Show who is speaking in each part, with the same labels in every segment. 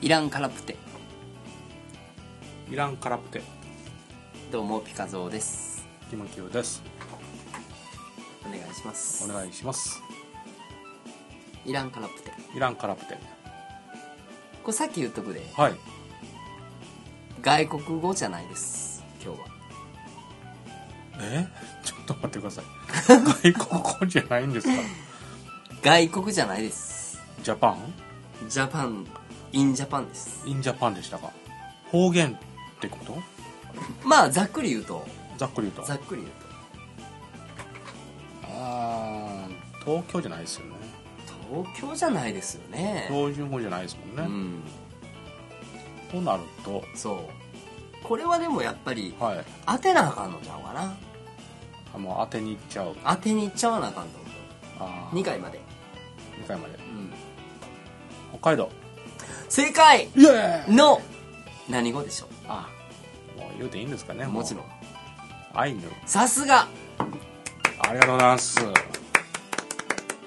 Speaker 1: イランカラプテ
Speaker 2: イランカラプテ
Speaker 1: どうもピカゾーです
Speaker 2: キムキヨです
Speaker 1: お願いします
Speaker 2: お願いします
Speaker 1: イランカラプテ
Speaker 2: イランカラプテ
Speaker 1: これさっき言っとくで
Speaker 2: はい
Speaker 1: 外国語じゃないです今日は
Speaker 2: え ちょっと待ってください外国語じゃないんですか
Speaker 1: 外国じゃないです
Speaker 2: ジャパン
Speaker 1: ジャパンインジャパンです
Speaker 2: インジャパンでしたか方言ってこと
Speaker 1: まあざっくり言うと
Speaker 2: ざっくり言うと
Speaker 1: ざっくり言う
Speaker 2: あー東京じゃないですよね
Speaker 1: と東京じゃないですよね
Speaker 2: 標準語じゃないですもん
Speaker 1: う
Speaker 2: ね、
Speaker 1: ん
Speaker 2: となると
Speaker 1: そうこれはでもやっぱり
Speaker 2: はい
Speaker 1: 当てなあかんのちゃうかな
Speaker 2: あもう当てにいっちゃう
Speaker 1: 当てにいっちゃわなあかんと思
Speaker 2: あ
Speaker 1: う2回まで、
Speaker 2: 2回まで
Speaker 1: うん、
Speaker 2: 北海道
Speaker 1: 正解
Speaker 2: イエーイ
Speaker 1: の何語でしょ
Speaker 2: あもう言うていいんですかね
Speaker 1: うもちろ
Speaker 2: ん
Speaker 1: ん
Speaker 2: アイヌ
Speaker 1: さすが
Speaker 2: ありがとうございます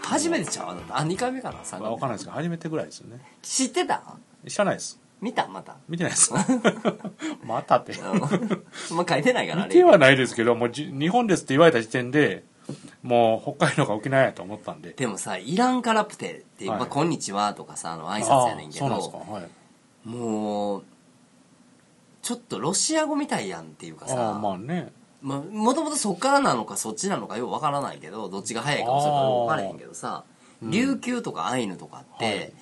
Speaker 1: 初めてちゃうあなたあ2回目かな3
Speaker 2: まあわか
Speaker 1: 回目
Speaker 2: んないですけど初めてぐらいですよね
Speaker 1: 知ってた
Speaker 2: 知らないです
Speaker 1: 見たまた
Speaker 2: 見てない ですまたって
Speaker 1: うんまあ書いてないからあ
Speaker 2: 見て
Speaker 1: れ
Speaker 2: はないですけどもうじ日本ですって言われた時点でもう北海道か沖縄やと思ったんで
Speaker 1: でもさ「いらんからプテ」っていう、
Speaker 2: はい
Speaker 1: まあ「こんにちは」とかさあの挨
Speaker 2: あ
Speaker 1: 拶やねん
Speaker 2: ー
Speaker 1: け
Speaker 2: そうなんです
Speaker 1: ど
Speaker 2: かはい
Speaker 1: もうちょっとロシア語みたいやんっていうか
Speaker 2: あ
Speaker 1: さ
Speaker 2: あまあね
Speaker 1: まあ、もともとそっからなのかそっちなのかようわからないけどどっちが早いかもそれから分からへんけどさ、
Speaker 2: うん
Speaker 1: 琉球とかアイヌとかって、
Speaker 2: はい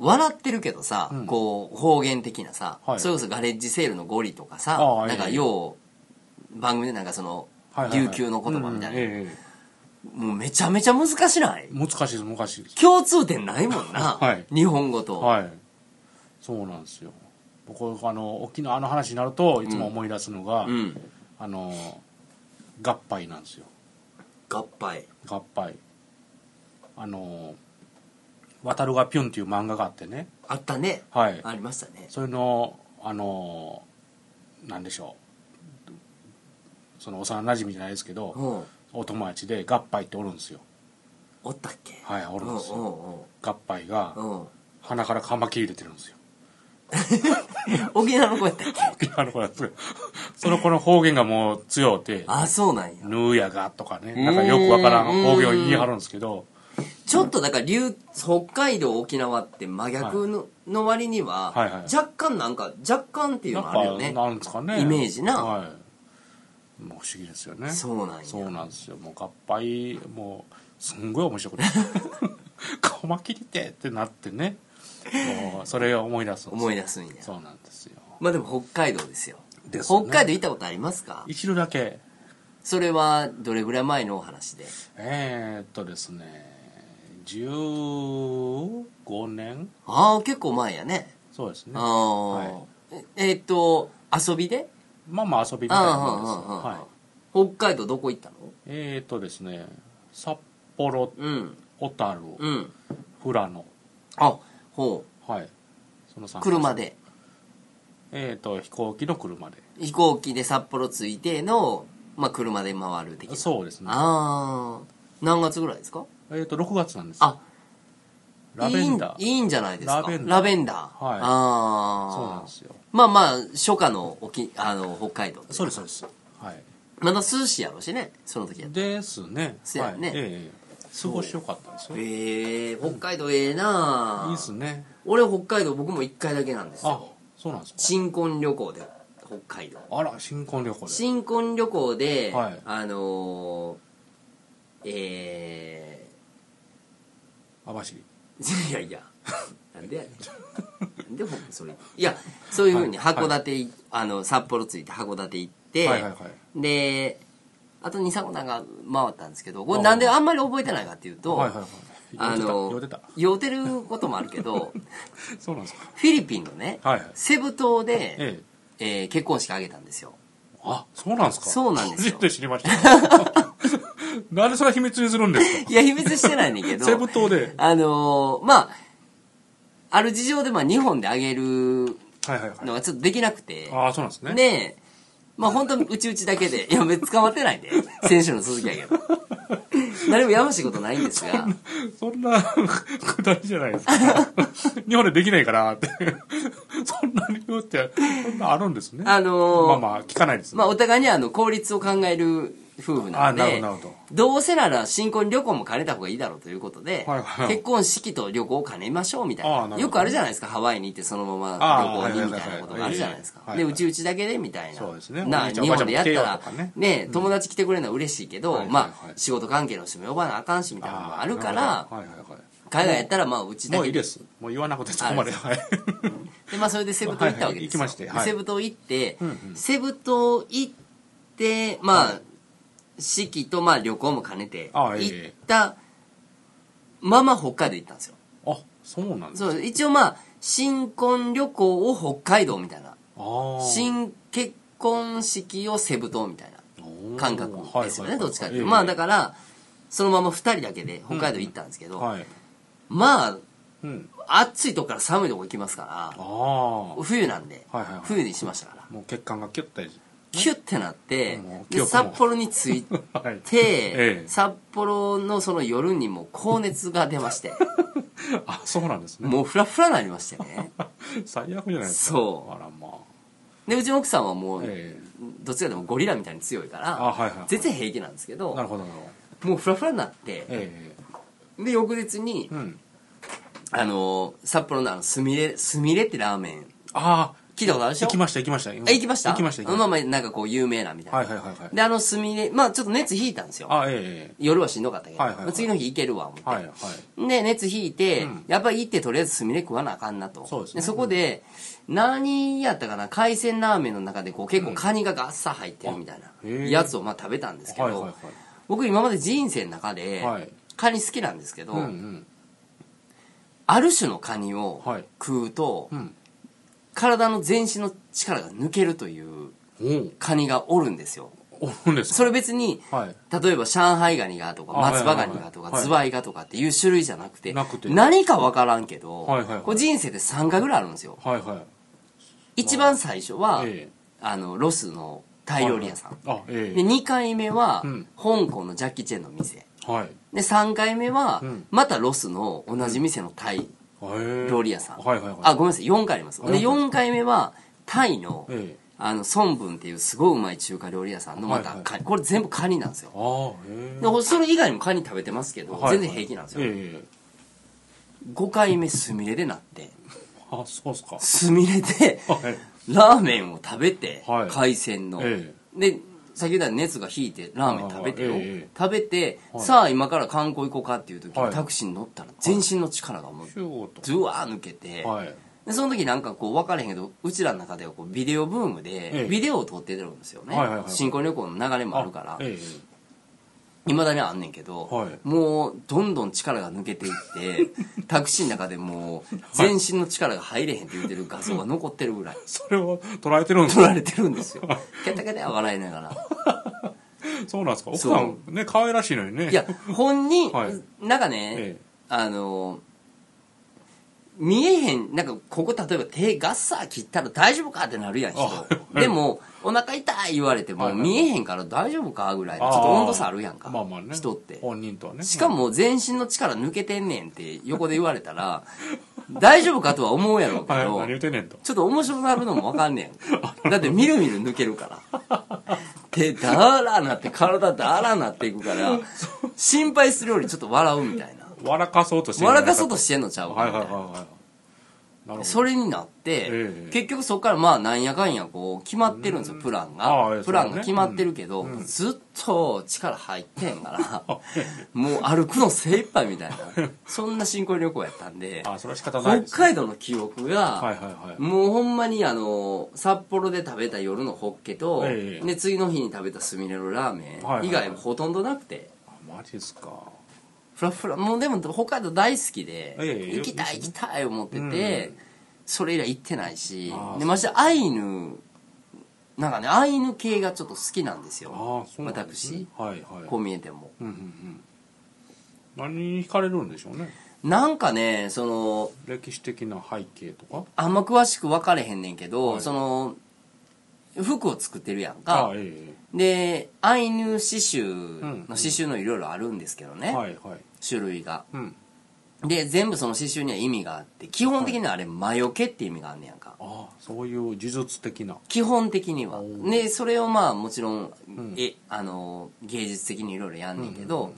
Speaker 1: 笑ってるけどさ、
Speaker 2: うん
Speaker 1: こう方言的なさ、
Speaker 2: はい
Speaker 1: それこそガレッジセールのゴリとかさ
Speaker 2: あー
Speaker 1: なんか
Speaker 2: ええ
Speaker 1: よう番組でなんかその、
Speaker 2: はいはいはい
Speaker 1: 琉球の言葉みたいな、
Speaker 2: うんええ
Speaker 1: もうめちゃめちゃ難しない
Speaker 2: 難しいです難しいです
Speaker 1: 共通点ないもんな、
Speaker 2: はい
Speaker 1: 日本語と、
Speaker 2: はいそうなんですよ僕あの沖縄の話になるといつも思い出すのが、
Speaker 1: うん
Speaker 2: あの合杯なんですよ
Speaker 1: 合杯
Speaker 2: 合杯あの「渡るがぴゅん」っていう漫画があってね
Speaker 1: あったね
Speaker 2: はい
Speaker 1: ありましたね
Speaker 2: それのあのなんでしょうその幼馴染じゃないですけど
Speaker 1: うん
Speaker 2: お友達で合杯っておるんですよ
Speaker 1: おったっけ
Speaker 2: はいおるんですよ
Speaker 1: う
Speaker 2: 合杯が
Speaker 1: んうんうんうん
Speaker 2: 鼻からカマキリ出てるんですよ
Speaker 1: 沖縄の子やったっ け
Speaker 2: 沖縄の子なんですけどその子の方言がもう強うて
Speaker 1: あそうなん
Speaker 2: 「
Speaker 1: や
Speaker 2: ヌーやが」とかねなんかよくわからん方言を言い張るんですけど
Speaker 1: ちょっとだから琉北海道沖縄って真逆の,、の割には、
Speaker 2: はいはい
Speaker 1: 若干なんか若干っていう
Speaker 2: なん
Speaker 1: のあるよ
Speaker 2: か
Speaker 1: ね
Speaker 2: なんですかね
Speaker 1: イメージな
Speaker 2: はいもう不思議ですよね
Speaker 1: そうなんや
Speaker 2: そうなんですよもう合杯もうすんごい面 白くて「カマキリって!」ってなってねもうそれを思い出すんですよ
Speaker 1: 思い出すんや
Speaker 2: そうなんですよ
Speaker 1: まあでも北海道ですよ
Speaker 2: ですよね
Speaker 1: 北海道行ったことありますか
Speaker 2: 一度だけ
Speaker 1: それはどれぐらい前のお話で
Speaker 2: えー、っとですね15年
Speaker 1: ああ結構前やね
Speaker 2: そうですね
Speaker 1: ああ、
Speaker 2: はい
Speaker 1: ええーっと遊びで
Speaker 2: まあまあ遊びみたいなもんですよ
Speaker 1: ああ
Speaker 2: はい
Speaker 1: 北海道どこ行ったの
Speaker 2: えー、っとですね札幌
Speaker 1: うん
Speaker 2: 小樽
Speaker 1: うん
Speaker 2: 富良野
Speaker 1: あほ
Speaker 2: はいその3
Speaker 1: う車で
Speaker 2: えー、と飛行機の車で
Speaker 1: 飛行機で札幌着いての、まあ、車で回る的な
Speaker 2: そうですね
Speaker 1: ああ何月ぐらいですか
Speaker 2: えー、と6月なんですよ
Speaker 1: あ
Speaker 2: ラベンダー
Speaker 1: いいんいいんじゃないですか
Speaker 2: ラベンダー
Speaker 1: ラベンダー
Speaker 2: はい
Speaker 1: ああ
Speaker 2: そうなんですよ
Speaker 1: まあまあ初夏の沖あの北海道
Speaker 2: そうですそうですはい
Speaker 1: まだ涼しいやろうしねその時やっ
Speaker 2: ですね
Speaker 1: そうや
Speaker 2: はい、
Speaker 1: ね
Speaker 2: ええええ過ごしよかったんですよい
Speaker 1: ええー、北海道ええなあ
Speaker 2: いですね
Speaker 1: 俺北海道僕も一回だけなんです
Speaker 2: あ
Speaker 1: よ
Speaker 2: そうなんですか
Speaker 1: 新婚旅行で北海道
Speaker 2: あら新婚旅行で
Speaker 1: 新婚旅行で、
Speaker 2: はい
Speaker 1: あのー、え
Speaker 2: 網走
Speaker 1: ー、い やいやなんでやねんなんで僕それいやそういうふうに
Speaker 2: はい
Speaker 1: 函館、いあの札幌着いて函館行って、
Speaker 2: はいはいはい
Speaker 1: であと23個なんか回ったんですけどこれなんであんまり覚えてないかっていうと、
Speaker 2: はいはいはい
Speaker 1: あの
Speaker 2: 寄ってた寄って
Speaker 1: 酔うてることもあるけ ど
Speaker 2: たそうなんですか
Speaker 1: フィリピンのね、
Speaker 2: はいはい
Speaker 1: セブ島で、え
Speaker 2: ええ
Speaker 1: ー結婚式あげたんですよ
Speaker 2: あそうなんですか
Speaker 1: そうなんですよ
Speaker 2: 初めて知りました なんでそれは秘密にするんです
Speaker 1: いや秘密してないねんけ
Speaker 2: か
Speaker 1: ど
Speaker 2: セブ島で
Speaker 1: あのーまあ、ある事情でまあ日本であげる
Speaker 2: はいはいはい
Speaker 1: のがちょっとできなくて、
Speaker 2: ああそうなんですね
Speaker 1: で、 まあ本当うちうちだけで、いや、別に捕まってないで、選手の続きやけど。何もやましいことないんですが、
Speaker 2: そんな くだりじゃないで すか日本でできないかなってそんな理由ってそんなあるんですね
Speaker 1: あのー
Speaker 2: まあまあ聞かないですね、
Speaker 1: まあお互いにあの効率を考える夫婦なの
Speaker 2: あなるほ
Speaker 1: で
Speaker 2: どなるほど、
Speaker 1: どうせなら新婚旅行も兼ねた方がいいだろうということで
Speaker 2: はいはい、はい
Speaker 1: 結婚式と旅行を兼ねましょうみたい
Speaker 2: あなるほ
Speaker 1: な。
Speaker 2: ど
Speaker 1: よくあるじゃないですか、ハワイに行ってそのま
Speaker 2: あ
Speaker 1: ま旅行にみ
Speaker 2: はい
Speaker 1: たい
Speaker 2: はいはい
Speaker 1: なことがあるじゃないです
Speaker 2: は
Speaker 1: か。
Speaker 2: いは
Speaker 1: で、
Speaker 2: い
Speaker 1: 宇宙打ちだけでみたいな。
Speaker 2: そうですねお
Speaker 1: な
Speaker 2: 兄
Speaker 1: あ
Speaker 2: ちゃん
Speaker 1: 日本でやった
Speaker 2: おばちゃん
Speaker 1: ら
Speaker 2: も来てよとかね、
Speaker 1: ね、友達来てくれるのは嬉しいけ
Speaker 2: はいは
Speaker 1: ど、
Speaker 2: いはい
Speaker 1: まあ仕事関係の人も呼ばなあかんしみたいなのもあるか
Speaker 2: な
Speaker 1: ら
Speaker 2: ほ、どはいはいは
Speaker 1: 海外やったらまあうち
Speaker 2: い
Speaker 1: だ
Speaker 2: もうい
Speaker 1: け
Speaker 2: いですもう言わなくてそこまではい
Speaker 1: で、まあ、それでセブ島行ったわけですよ。
Speaker 2: はいはい行きましてはい
Speaker 1: セブ島行って、
Speaker 2: うんうん
Speaker 1: セブ島行って、まあ、
Speaker 2: はい
Speaker 1: 式とまあ旅行も兼ねて、
Speaker 2: あええ
Speaker 1: 行ったまま北海道行ったんですよ。
Speaker 2: あそうなんです
Speaker 1: そう、一応まあ、新婚旅行を北海道みたいな。
Speaker 2: あー
Speaker 1: 新結婚式をセブ島みたいな感覚ですよね、どっちかっていうと。まあだ
Speaker 2: か
Speaker 1: から、そのまま二人だけで北海道行ったんですけど、
Speaker 2: はい、
Speaker 1: ま
Speaker 2: うん、
Speaker 1: あ、暑いとこから寒いとこ行きますか
Speaker 2: あ
Speaker 1: ら、
Speaker 2: あは
Speaker 1: 冬なんで、
Speaker 2: いはいはい
Speaker 1: 冬にしましたから。
Speaker 2: もう血管がキュッて
Speaker 1: キュッてなって
Speaker 2: もう、記
Speaker 1: で、
Speaker 2: 憶も
Speaker 1: 札幌に着いて、
Speaker 2: はい ええ
Speaker 1: 札幌のその夜にもう高熱が出まして、
Speaker 2: あそうなんですね
Speaker 1: もうフラフラになりましてね。
Speaker 2: 最悪じゃないですか
Speaker 1: そう
Speaker 2: あらま
Speaker 1: で、うちの奥さんはも
Speaker 2: あ
Speaker 1: う、
Speaker 2: ええ
Speaker 1: どちらでもゴリラみたいに強いか
Speaker 2: あ
Speaker 1: ら、
Speaker 2: はいはい
Speaker 1: 全然平気なんですけ
Speaker 2: な
Speaker 1: ど、
Speaker 2: るほどなるほど
Speaker 1: もうフラフラになって、
Speaker 2: え
Speaker 1: で、翌日に
Speaker 2: え、うん
Speaker 1: あの、札幌のあの、すみれ、すみれってラーメン、
Speaker 2: ああ
Speaker 1: 聞いたことあるでしょ
Speaker 2: 行きました行きました
Speaker 1: あ行きました
Speaker 2: 行きました行き
Speaker 1: まあ
Speaker 2: まし
Speaker 1: まあ、なんかこう、有名なみたいな。
Speaker 2: たはいはいはいはい
Speaker 1: で、あの、すみれ、まあちょっと熱引いたんですよ。
Speaker 2: あえ
Speaker 1: 夜はしんどかったけど、
Speaker 2: はいはいはい
Speaker 1: まあ次の日行けるわ、思って
Speaker 2: え。はいはい
Speaker 1: で、熱引いて、
Speaker 2: うん
Speaker 1: やっぱり行ってとりあえずスミレ食わなあかんなと。
Speaker 2: そうですね
Speaker 1: そこで、何やったかな、海鮮ラーメンの中でこう結構カニがガッサ入ってるみたい
Speaker 2: あへ
Speaker 1: な
Speaker 2: え
Speaker 1: やつをまあ食べたんですけど、
Speaker 2: はいはいは
Speaker 1: 僕今まで人生の中で、
Speaker 2: はい
Speaker 1: カニ好きなんですけど、
Speaker 2: いうんうん
Speaker 1: ある種のカニを
Speaker 2: はい
Speaker 1: 食うと、
Speaker 2: うん
Speaker 1: 体の全身の力が抜けるというカニがおるんですよ。
Speaker 2: おおるんですか
Speaker 1: それ別に、
Speaker 2: はい
Speaker 1: 例えば上海ガニがとか
Speaker 2: あ
Speaker 1: 松葉ガニがとか
Speaker 2: はいはいはい
Speaker 1: ズワイガとかっていう種類じゃなくて
Speaker 2: なくて
Speaker 1: 何か分からんけど、
Speaker 2: はいはいはい
Speaker 1: これ人生で3回ぐらいあるんですよ
Speaker 2: はいはい
Speaker 1: 一番最初は、
Speaker 2: ええ
Speaker 1: あのロスのタイ料理屋さん
Speaker 2: あえ
Speaker 1: で2回目は、
Speaker 2: うん
Speaker 1: 香港のジャッキー・チェンの店
Speaker 2: えはい
Speaker 1: で3回目は、
Speaker 2: うん
Speaker 1: またロスの同じ店のタイ料
Speaker 2: 料
Speaker 1: 理屋さん、
Speaker 2: はいはいはい
Speaker 1: あごめんなさい4回あります
Speaker 2: あ
Speaker 1: で4回目はタイの、
Speaker 2: ええ
Speaker 1: あのソンブンっていうすごいうまい中華料理屋さんのまた
Speaker 2: はいはい
Speaker 1: カニ、これ全部カニなんですよ
Speaker 2: ああええ
Speaker 1: で俺それ以外にもカニ食べてますけど、
Speaker 2: はいはい
Speaker 1: 全然平気なんですよ、
Speaker 2: ええ
Speaker 1: 5回目スミレでなって
Speaker 2: あそうっすか
Speaker 1: スミレで
Speaker 2: はい
Speaker 1: ラーメンを食べて、
Speaker 2: はい
Speaker 1: 海鮮の、
Speaker 2: え
Speaker 1: で先ほど熱が引いてラーメン食べてよ、
Speaker 2: あーええ
Speaker 1: 食べて、
Speaker 2: はい
Speaker 1: さあ今から観光行こうかっていう時に、
Speaker 2: はい
Speaker 1: タクシーに乗ったら全身の力がもう
Speaker 2: えシュー
Speaker 1: ズワー抜けて、
Speaker 2: とはい
Speaker 1: でその時なんかこう分からへんけどうちらの中ではこうビデオブーム
Speaker 2: え
Speaker 1: で
Speaker 2: え
Speaker 1: ビデオを撮ってるんですよね、
Speaker 2: はいはいはい
Speaker 1: 新婚旅行の流れもあるから、
Speaker 2: ええ
Speaker 1: いまだにはあんねんけど、
Speaker 2: はい
Speaker 1: もうどんどん力が抜けていっ てタクシーの中でもう全身の力が入れへんって言ってる画像が残ってるぐらい
Speaker 2: それを捉えてるんです
Speaker 1: 撮
Speaker 2: から
Speaker 1: れてるん ですよケタケタ笑いながら
Speaker 2: そうなんですか奥
Speaker 1: そう
Speaker 2: さんね可愛らしいのにね
Speaker 1: いや本人、
Speaker 2: はい
Speaker 1: なんかね、
Speaker 2: ええ
Speaker 1: あの見えへんなんかここ例えば手ガッサー切ったら大丈夫かってなるやん人
Speaker 2: あ
Speaker 1: でもお腹痛い言われても
Speaker 2: はいはい
Speaker 1: 見えへんから大丈夫かぐらいのちょっと温度差あるやんか、
Speaker 2: まあまあね
Speaker 1: 人って
Speaker 2: 本人とはね
Speaker 1: しかも全身の力抜けてんねんって横で言われたら大丈夫かとは思うやろうけ
Speaker 2: はい
Speaker 1: ど、
Speaker 2: 何言うてんねんと
Speaker 1: ちょっと面白くなるのもわかんね えん。だってみるみる抜けるから。手だらなって体だらなっていく から、心配するよりちょっと笑うみたいな。
Speaker 2: 笑かそうとしてる
Speaker 1: 笑かそうとしてんのちゃうか
Speaker 2: はい
Speaker 1: み
Speaker 2: はい
Speaker 1: た
Speaker 2: はい
Speaker 1: いな。
Speaker 2: はいなるほど
Speaker 1: それになって、
Speaker 2: ええ
Speaker 1: 結局そこからまあなんやかんやこう決まってるんですよ、プラン
Speaker 2: ああ
Speaker 1: が、
Speaker 2: ええ
Speaker 1: プラン
Speaker 2: そう
Speaker 1: が
Speaker 2: ね
Speaker 1: 決まってるけど、ずっと力入ってん からもう歩くの精一杯みたいなそんな新婚旅行やったんで
Speaker 2: あそれは仕方な
Speaker 1: 北
Speaker 2: いです
Speaker 1: 海道の記憶が、
Speaker 2: はいはいはい
Speaker 1: もうほんまにあの札幌で食べた夜のホッケと、
Speaker 2: ええ
Speaker 1: で次の日に食べたスミレのラーメ
Speaker 2: はいはい
Speaker 1: ン以外もほとんどなくて、
Speaker 2: あマジですか
Speaker 1: フラフラもうでも北海道大好きで、
Speaker 2: ええ
Speaker 1: 行きたい行
Speaker 2: よ
Speaker 1: きたい思ってて、
Speaker 2: うん
Speaker 1: それ以来行ってないし
Speaker 2: ああ
Speaker 1: でましてアイヌなんかねアイヌ系がちょっと好きなんです
Speaker 2: ああ
Speaker 1: よ
Speaker 2: そうなんですねはいはい
Speaker 1: こう見えても
Speaker 2: うんうんうん何に惹かれるんでしょうね
Speaker 1: なんかねその
Speaker 2: 歴史的な背景とか
Speaker 1: あんま詳しく分かれへんねんけど、
Speaker 2: はい
Speaker 1: その服を作ってるやん
Speaker 2: あ
Speaker 1: か
Speaker 2: あ。え
Speaker 1: で、アイヌ刺繍
Speaker 2: ん
Speaker 1: の刺繍のいろいろあるんですけど
Speaker 2: え
Speaker 1: ね。
Speaker 2: はいはい
Speaker 1: 種類が。
Speaker 2: うん
Speaker 1: で、全部その刺繍には意味があって、基本的にはあれ、魔除けって意味があんねやんか。
Speaker 2: ああそういう呪術的な
Speaker 1: 基本的には
Speaker 2: おー
Speaker 1: でそれをまあもちろん、
Speaker 2: ん
Speaker 1: えあの芸術的にいろいろやんねんけど、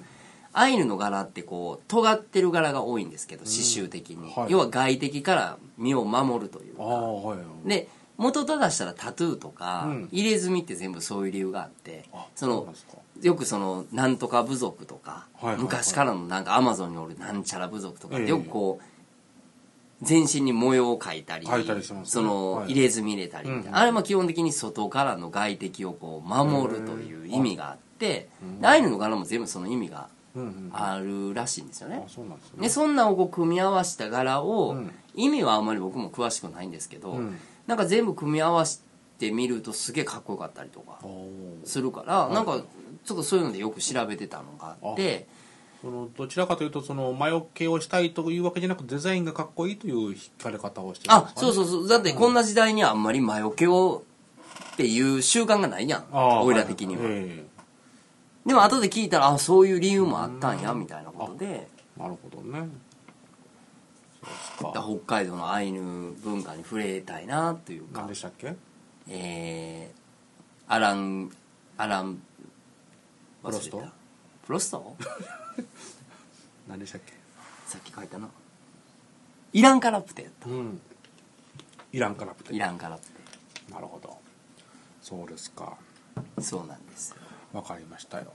Speaker 1: アイヌの柄ってこう尖ってる柄が多いんですけど刺繍的に、
Speaker 2: はい
Speaker 1: 要は外敵から身を守るという
Speaker 2: あ
Speaker 1: か
Speaker 2: あはいはい
Speaker 1: で元正したらタトゥーとか、
Speaker 2: うん
Speaker 1: 入れ墨って全部そういう理由があって
Speaker 2: あ
Speaker 1: そう
Speaker 2: なん
Speaker 1: の
Speaker 2: ですか
Speaker 1: よくそのなんとか部族とか、
Speaker 2: はいはいはい
Speaker 1: 昔からのなんかアマゾンにおるなんちゃら部族とかって
Speaker 2: ええ
Speaker 1: よくこう、全身に模様を描いたり
Speaker 2: 描いたりしますね
Speaker 1: その、
Speaker 2: はい
Speaker 1: 入れ墨入れたりみたいな、
Speaker 2: うん
Speaker 1: あれも基本的に外からの外敵をこう守るという意味があって、
Speaker 2: うん
Speaker 1: でアイヌの柄も全部その意味が
Speaker 2: うんうんあ
Speaker 1: あるらしいんですよね、
Speaker 2: そうなんですね
Speaker 1: でそんなんをこう組み合わせた柄を、
Speaker 2: うん
Speaker 1: 意味はあんまり僕も詳しくないんですけど、
Speaker 2: うん
Speaker 1: なんか全部組み合わせてみるとすげえかっこよかったりとか
Speaker 2: おー
Speaker 1: するから、
Speaker 2: い
Speaker 1: なんかちょっとそういうのでよく調べてたのがあって
Speaker 2: そのどちらかというとその魔除けをしたいというわけじゃなくデザインがかっこいいという惹かれ方をしてる
Speaker 1: あ,、
Speaker 2: のかな
Speaker 1: そうそうそうだってこんな時代にはあんまり魔除けをっていう習慣がないやん
Speaker 2: ああ
Speaker 1: 俺ら的には、
Speaker 2: いえ
Speaker 1: でも後で聞いたらあそういう理由もあったんやみたいなことで
Speaker 2: えなるほどねそうです
Speaker 1: だから
Speaker 2: か
Speaker 1: 北海道のアイヌ文化に触れたいなというか
Speaker 2: 何でしたっけ
Speaker 1: えー、アランアラン
Speaker 2: プロスト
Speaker 1: プロスト
Speaker 2: 何でしたっけ
Speaker 1: さっき書いたなイランカラプテやった
Speaker 2: うんイランからプテ
Speaker 1: イランカラプ
Speaker 2: なるほどそうですか
Speaker 1: テそうなんですよ
Speaker 2: わかりましたよ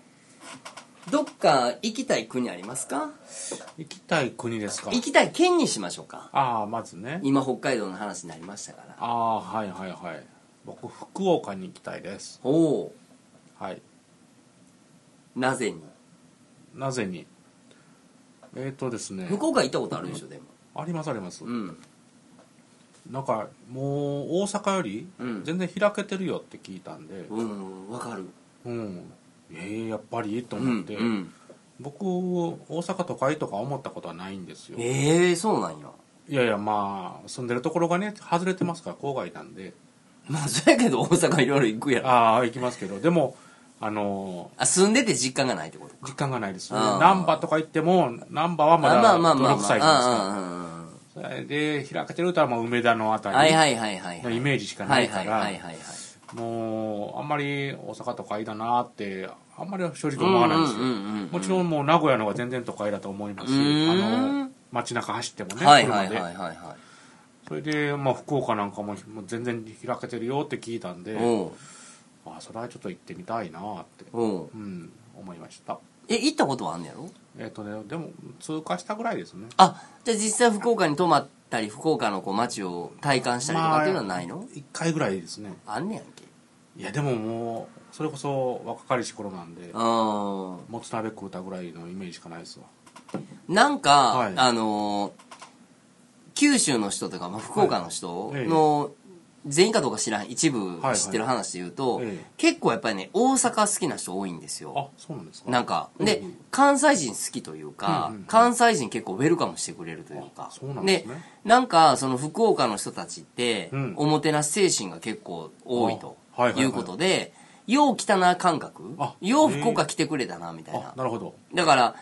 Speaker 1: どっか行きたい国ありますか
Speaker 2: 行きたい国ですか
Speaker 1: 行きたい県にしましょうか
Speaker 2: ああまずね
Speaker 1: 今北海道の話になりましたから
Speaker 2: ああはいはいはい僕福岡に行きたいです
Speaker 1: おお
Speaker 2: はい
Speaker 1: なぜに
Speaker 2: なぜにえっ、ー、とですね
Speaker 1: 向こうが行ったことあるでしょでも
Speaker 2: ありますあります、
Speaker 1: うん
Speaker 2: なんかもう大阪より
Speaker 1: うん
Speaker 2: 全然開けてるよって聞いたんで
Speaker 1: うんわかる
Speaker 2: うん、えー、やっぱりと
Speaker 1: う
Speaker 2: 思っ
Speaker 1: ん、
Speaker 2: て、
Speaker 1: うん、
Speaker 2: 僕大阪都会とか思ったことはないんですよ
Speaker 1: ええそうなんや
Speaker 2: いやいやまあ住んでるところがね外れてますから郊外なんで
Speaker 1: まあそやけど大阪いろいろ行くやろ
Speaker 2: ああ行きますけどでもあの
Speaker 1: あ住んでて実感がないってこと
Speaker 2: 実感がないですね
Speaker 1: あー
Speaker 2: 難波とか行っても難波はまだ
Speaker 1: まあまあまあまあ
Speaker 2: 泥臭いじゃないですか
Speaker 1: うんうんうんうん
Speaker 2: それで開けてるとはもう梅田のあたり、
Speaker 1: はいはいはいはいは
Speaker 2: の
Speaker 1: い
Speaker 2: イメージしかないから
Speaker 1: はいはいはいはい
Speaker 2: もうあんまり大阪都会だなってあんまり正直思わないんですよ、
Speaker 1: うんうんうんうん
Speaker 2: もちろんもう名古屋の方が全然都会だと思います
Speaker 1: う
Speaker 2: し
Speaker 1: ー
Speaker 2: あ
Speaker 1: ん
Speaker 2: の街中走ってもね、
Speaker 1: はいは
Speaker 2: 車
Speaker 1: い
Speaker 2: で
Speaker 1: はいはいは
Speaker 2: それで、まあ、福岡なんかももう全然開けてるよって聞いたん
Speaker 1: い
Speaker 2: で
Speaker 1: おう
Speaker 2: あそれはちょっと行ってみたいなって、
Speaker 1: おう
Speaker 2: うん、思いました
Speaker 1: え行ったことはあんねやろ
Speaker 2: えっ、とねでも通過したぐらいですね
Speaker 1: あじゃあ実際福岡に泊まったり福岡のこう街を体感したりとかっていうのはないの
Speaker 2: 1回ぐらいですね
Speaker 1: あんねやんけ
Speaker 2: いやでももうそれこそ若かりし頃なん
Speaker 1: う
Speaker 2: で
Speaker 1: ん
Speaker 2: もつ鍋食うたぐらいのイメージしかないですわ
Speaker 1: なんか、
Speaker 2: はい
Speaker 1: あのー九州の人とか、まあ、福岡の人の、全員かどうか知らん一部
Speaker 2: はい
Speaker 1: 知ってる話で言うと、
Speaker 2: ええ
Speaker 1: 結構やっぱりね大阪好きな人多いんですよ
Speaker 2: あそうなんですか
Speaker 1: なんか、で
Speaker 2: うん、
Speaker 1: 関西人好きというか、
Speaker 2: うんうん
Speaker 1: 関西人結構ウェルカムしてくれるというか
Speaker 2: あ。そうなんですね
Speaker 1: なんか、その福岡の人たちって、
Speaker 2: うん
Speaker 1: おもてなし精神が結構多いと
Speaker 2: あはいはいはい
Speaker 1: いうことで、よう来たな感覚
Speaker 2: あ
Speaker 1: よう福岡来てくれたな、みたい
Speaker 2: あ
Speaker 1: な。
Speaker 2: なるほど
Speaker 1: だから、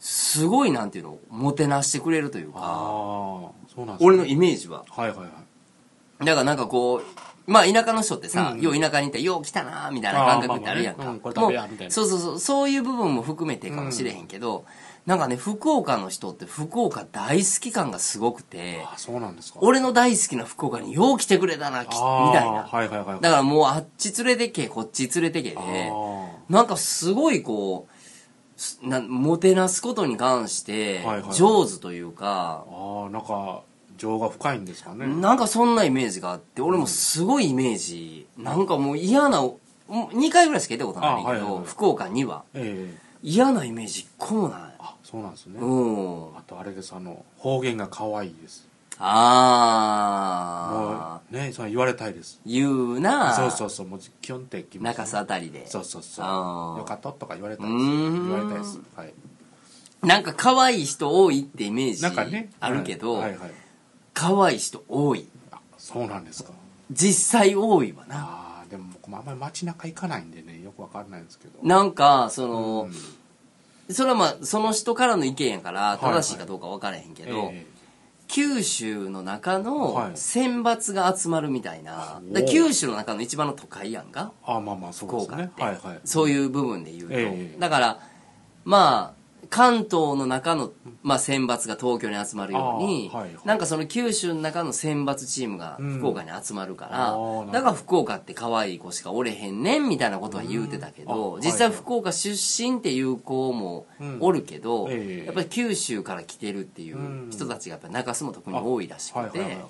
Speaker 1: すごいなんていうの、もてなしてくれるという
Speaker 2: あ
Speaker 1: か、
Speaker 2: あそうなんですね
Speaker 1: 俺のイメージは。
Speaker 2: はいはいはい
Speaker 1: だからなんかこう、まあ田舎の人ってさ、
Speaker 2: うんうん
Speaker 1: よう田舎にいたらよう来たなみたいな感覚ってあるやんか。
Speaker 2: あーまあまあねうんこれ食べや
Speaker 1: もう
Speaker 2: みたいな
Speaker 1: そうそうそう、そういう部分も含めてかもしれへんけど、なんかね、福岡の人って福岡大好き感がすごくて、
Speaker 2: あそうなんですか
Speaker 1: 俺の大好きな福岡によう来てくれたな、きみ
Speaker 2: あー
Speaker 1: たいな。
Speaker 2: はいはいはい
Speaker 1: だからもうあっち連れてけ、こっち連れてけ
Speaker 2: あ
Speaker 1: で、
Speaker 2: ー
Speaker 1: なんかすごいこう、すなんもてなすことに関して
Speaker 2: はいはい
Speaker 1: 上手というか、
Speaker 2: あーなんか情が深いんですかね
Speaker 1: なんかそんなイメージがあって、俺もすごいイメージ、なんかもう嫌な、もう2回ぐらいしか行ったことないねんだけ
Speaker 2: あ
Speaker 1: ど、
Speaker 2: はいはいはい
Speaker 1: 福岡には。
Speaker 2: ええ
Speaker 1: 嫌なイメージ一個もない。
Speaker 2: あそうなんですね
Speaker 1: うん。
Speaker 2: あとあれですあの方言が可愛いですも
Speaker 1: あ
Speaker 2: うねそれ言われたいです
Speaker 1: ー。言うな
Speaker 2: そうそうそうもうキュンってきます
Speaker 1: 中洲あたりで。
Speaker 2: そうそうそう
Speaker 1: あー
Speaker 2: よかったとか言われたいで
Speaker 1: う
Speaker 2: す
Speaker 1: ーん
Speaker 2: 言われたいですはい
Speaker 1: なんか可愛い人多いってイメー
Speaker 2: なんかね
Speaker 1: ジあるけど
Speaker 2: はい、はいはい
Speaker 1: 可愛い人多い。
Speaker 2: あそうなんですか
Speaker 1: 実際多いわな。
Speaker 2: ああでも僕もあんまり街中行かないんでねよくわかんないんですけど
Speaker 1: なんか、その、
Speaker 2: うん
Speaker 1: それはまあ、その人からの意見やから、
Speaker 2: いはい
Speaker 1: 正しいかどうか分からへんけど、
Speaker 2: え
Speaker 1: 九州の中
Speaker 2: は
Speaker 1: の
Speaker 2: い
Speaker 1: 選抜が集まるみたいな、
Speaker 2: おー
Speaker 1: で九州の中の一番の都会やんか
Speaker 2: えあまあまあそう
Speaker 1: 福
Speaker 2: です
Speaker 1: 岡っ
Speaker 2: ね
Speaker 1: て、
Speaker 2: はいはい
Speaker 1: そういう部分で言うと、
Speaker 2: ええ
Speaker 1: だからまあ関東の中の、まあ、選抜が東京に集まるように、
Speaker 2: あーはいはい
Speaker 1: なんかその九州の中の選抜チームが
Speaker 2: うん
Speaker 1: 福岡に集まるか
Speaker 2: あ
Speaker 1: ら、
Speaker 2: ーなるほど
Speaker 1: だから福岡って可愛い子しかおれへんねんみたいなことは言うてたけど、
Speaker 2: うんあ
Speaker 1: 実
Speaker 2: はい
Speaker 1: 際
Speaker 2: はい
Speaker 1: 福岡出身っていう子も
Speaker 2: うん
Speaker 1: おるけど、
Speaker 2: ええ
Speaker 1: やっぱり九州から来てるってい
Speaker 2: うん
Speaker 1: う人たちがやっぱり中洲も特に多いらし
Speaker 2: はい
Speaker 1: く
Speaker 2: はいはい
Speaker 1: て
Speaker 2: はい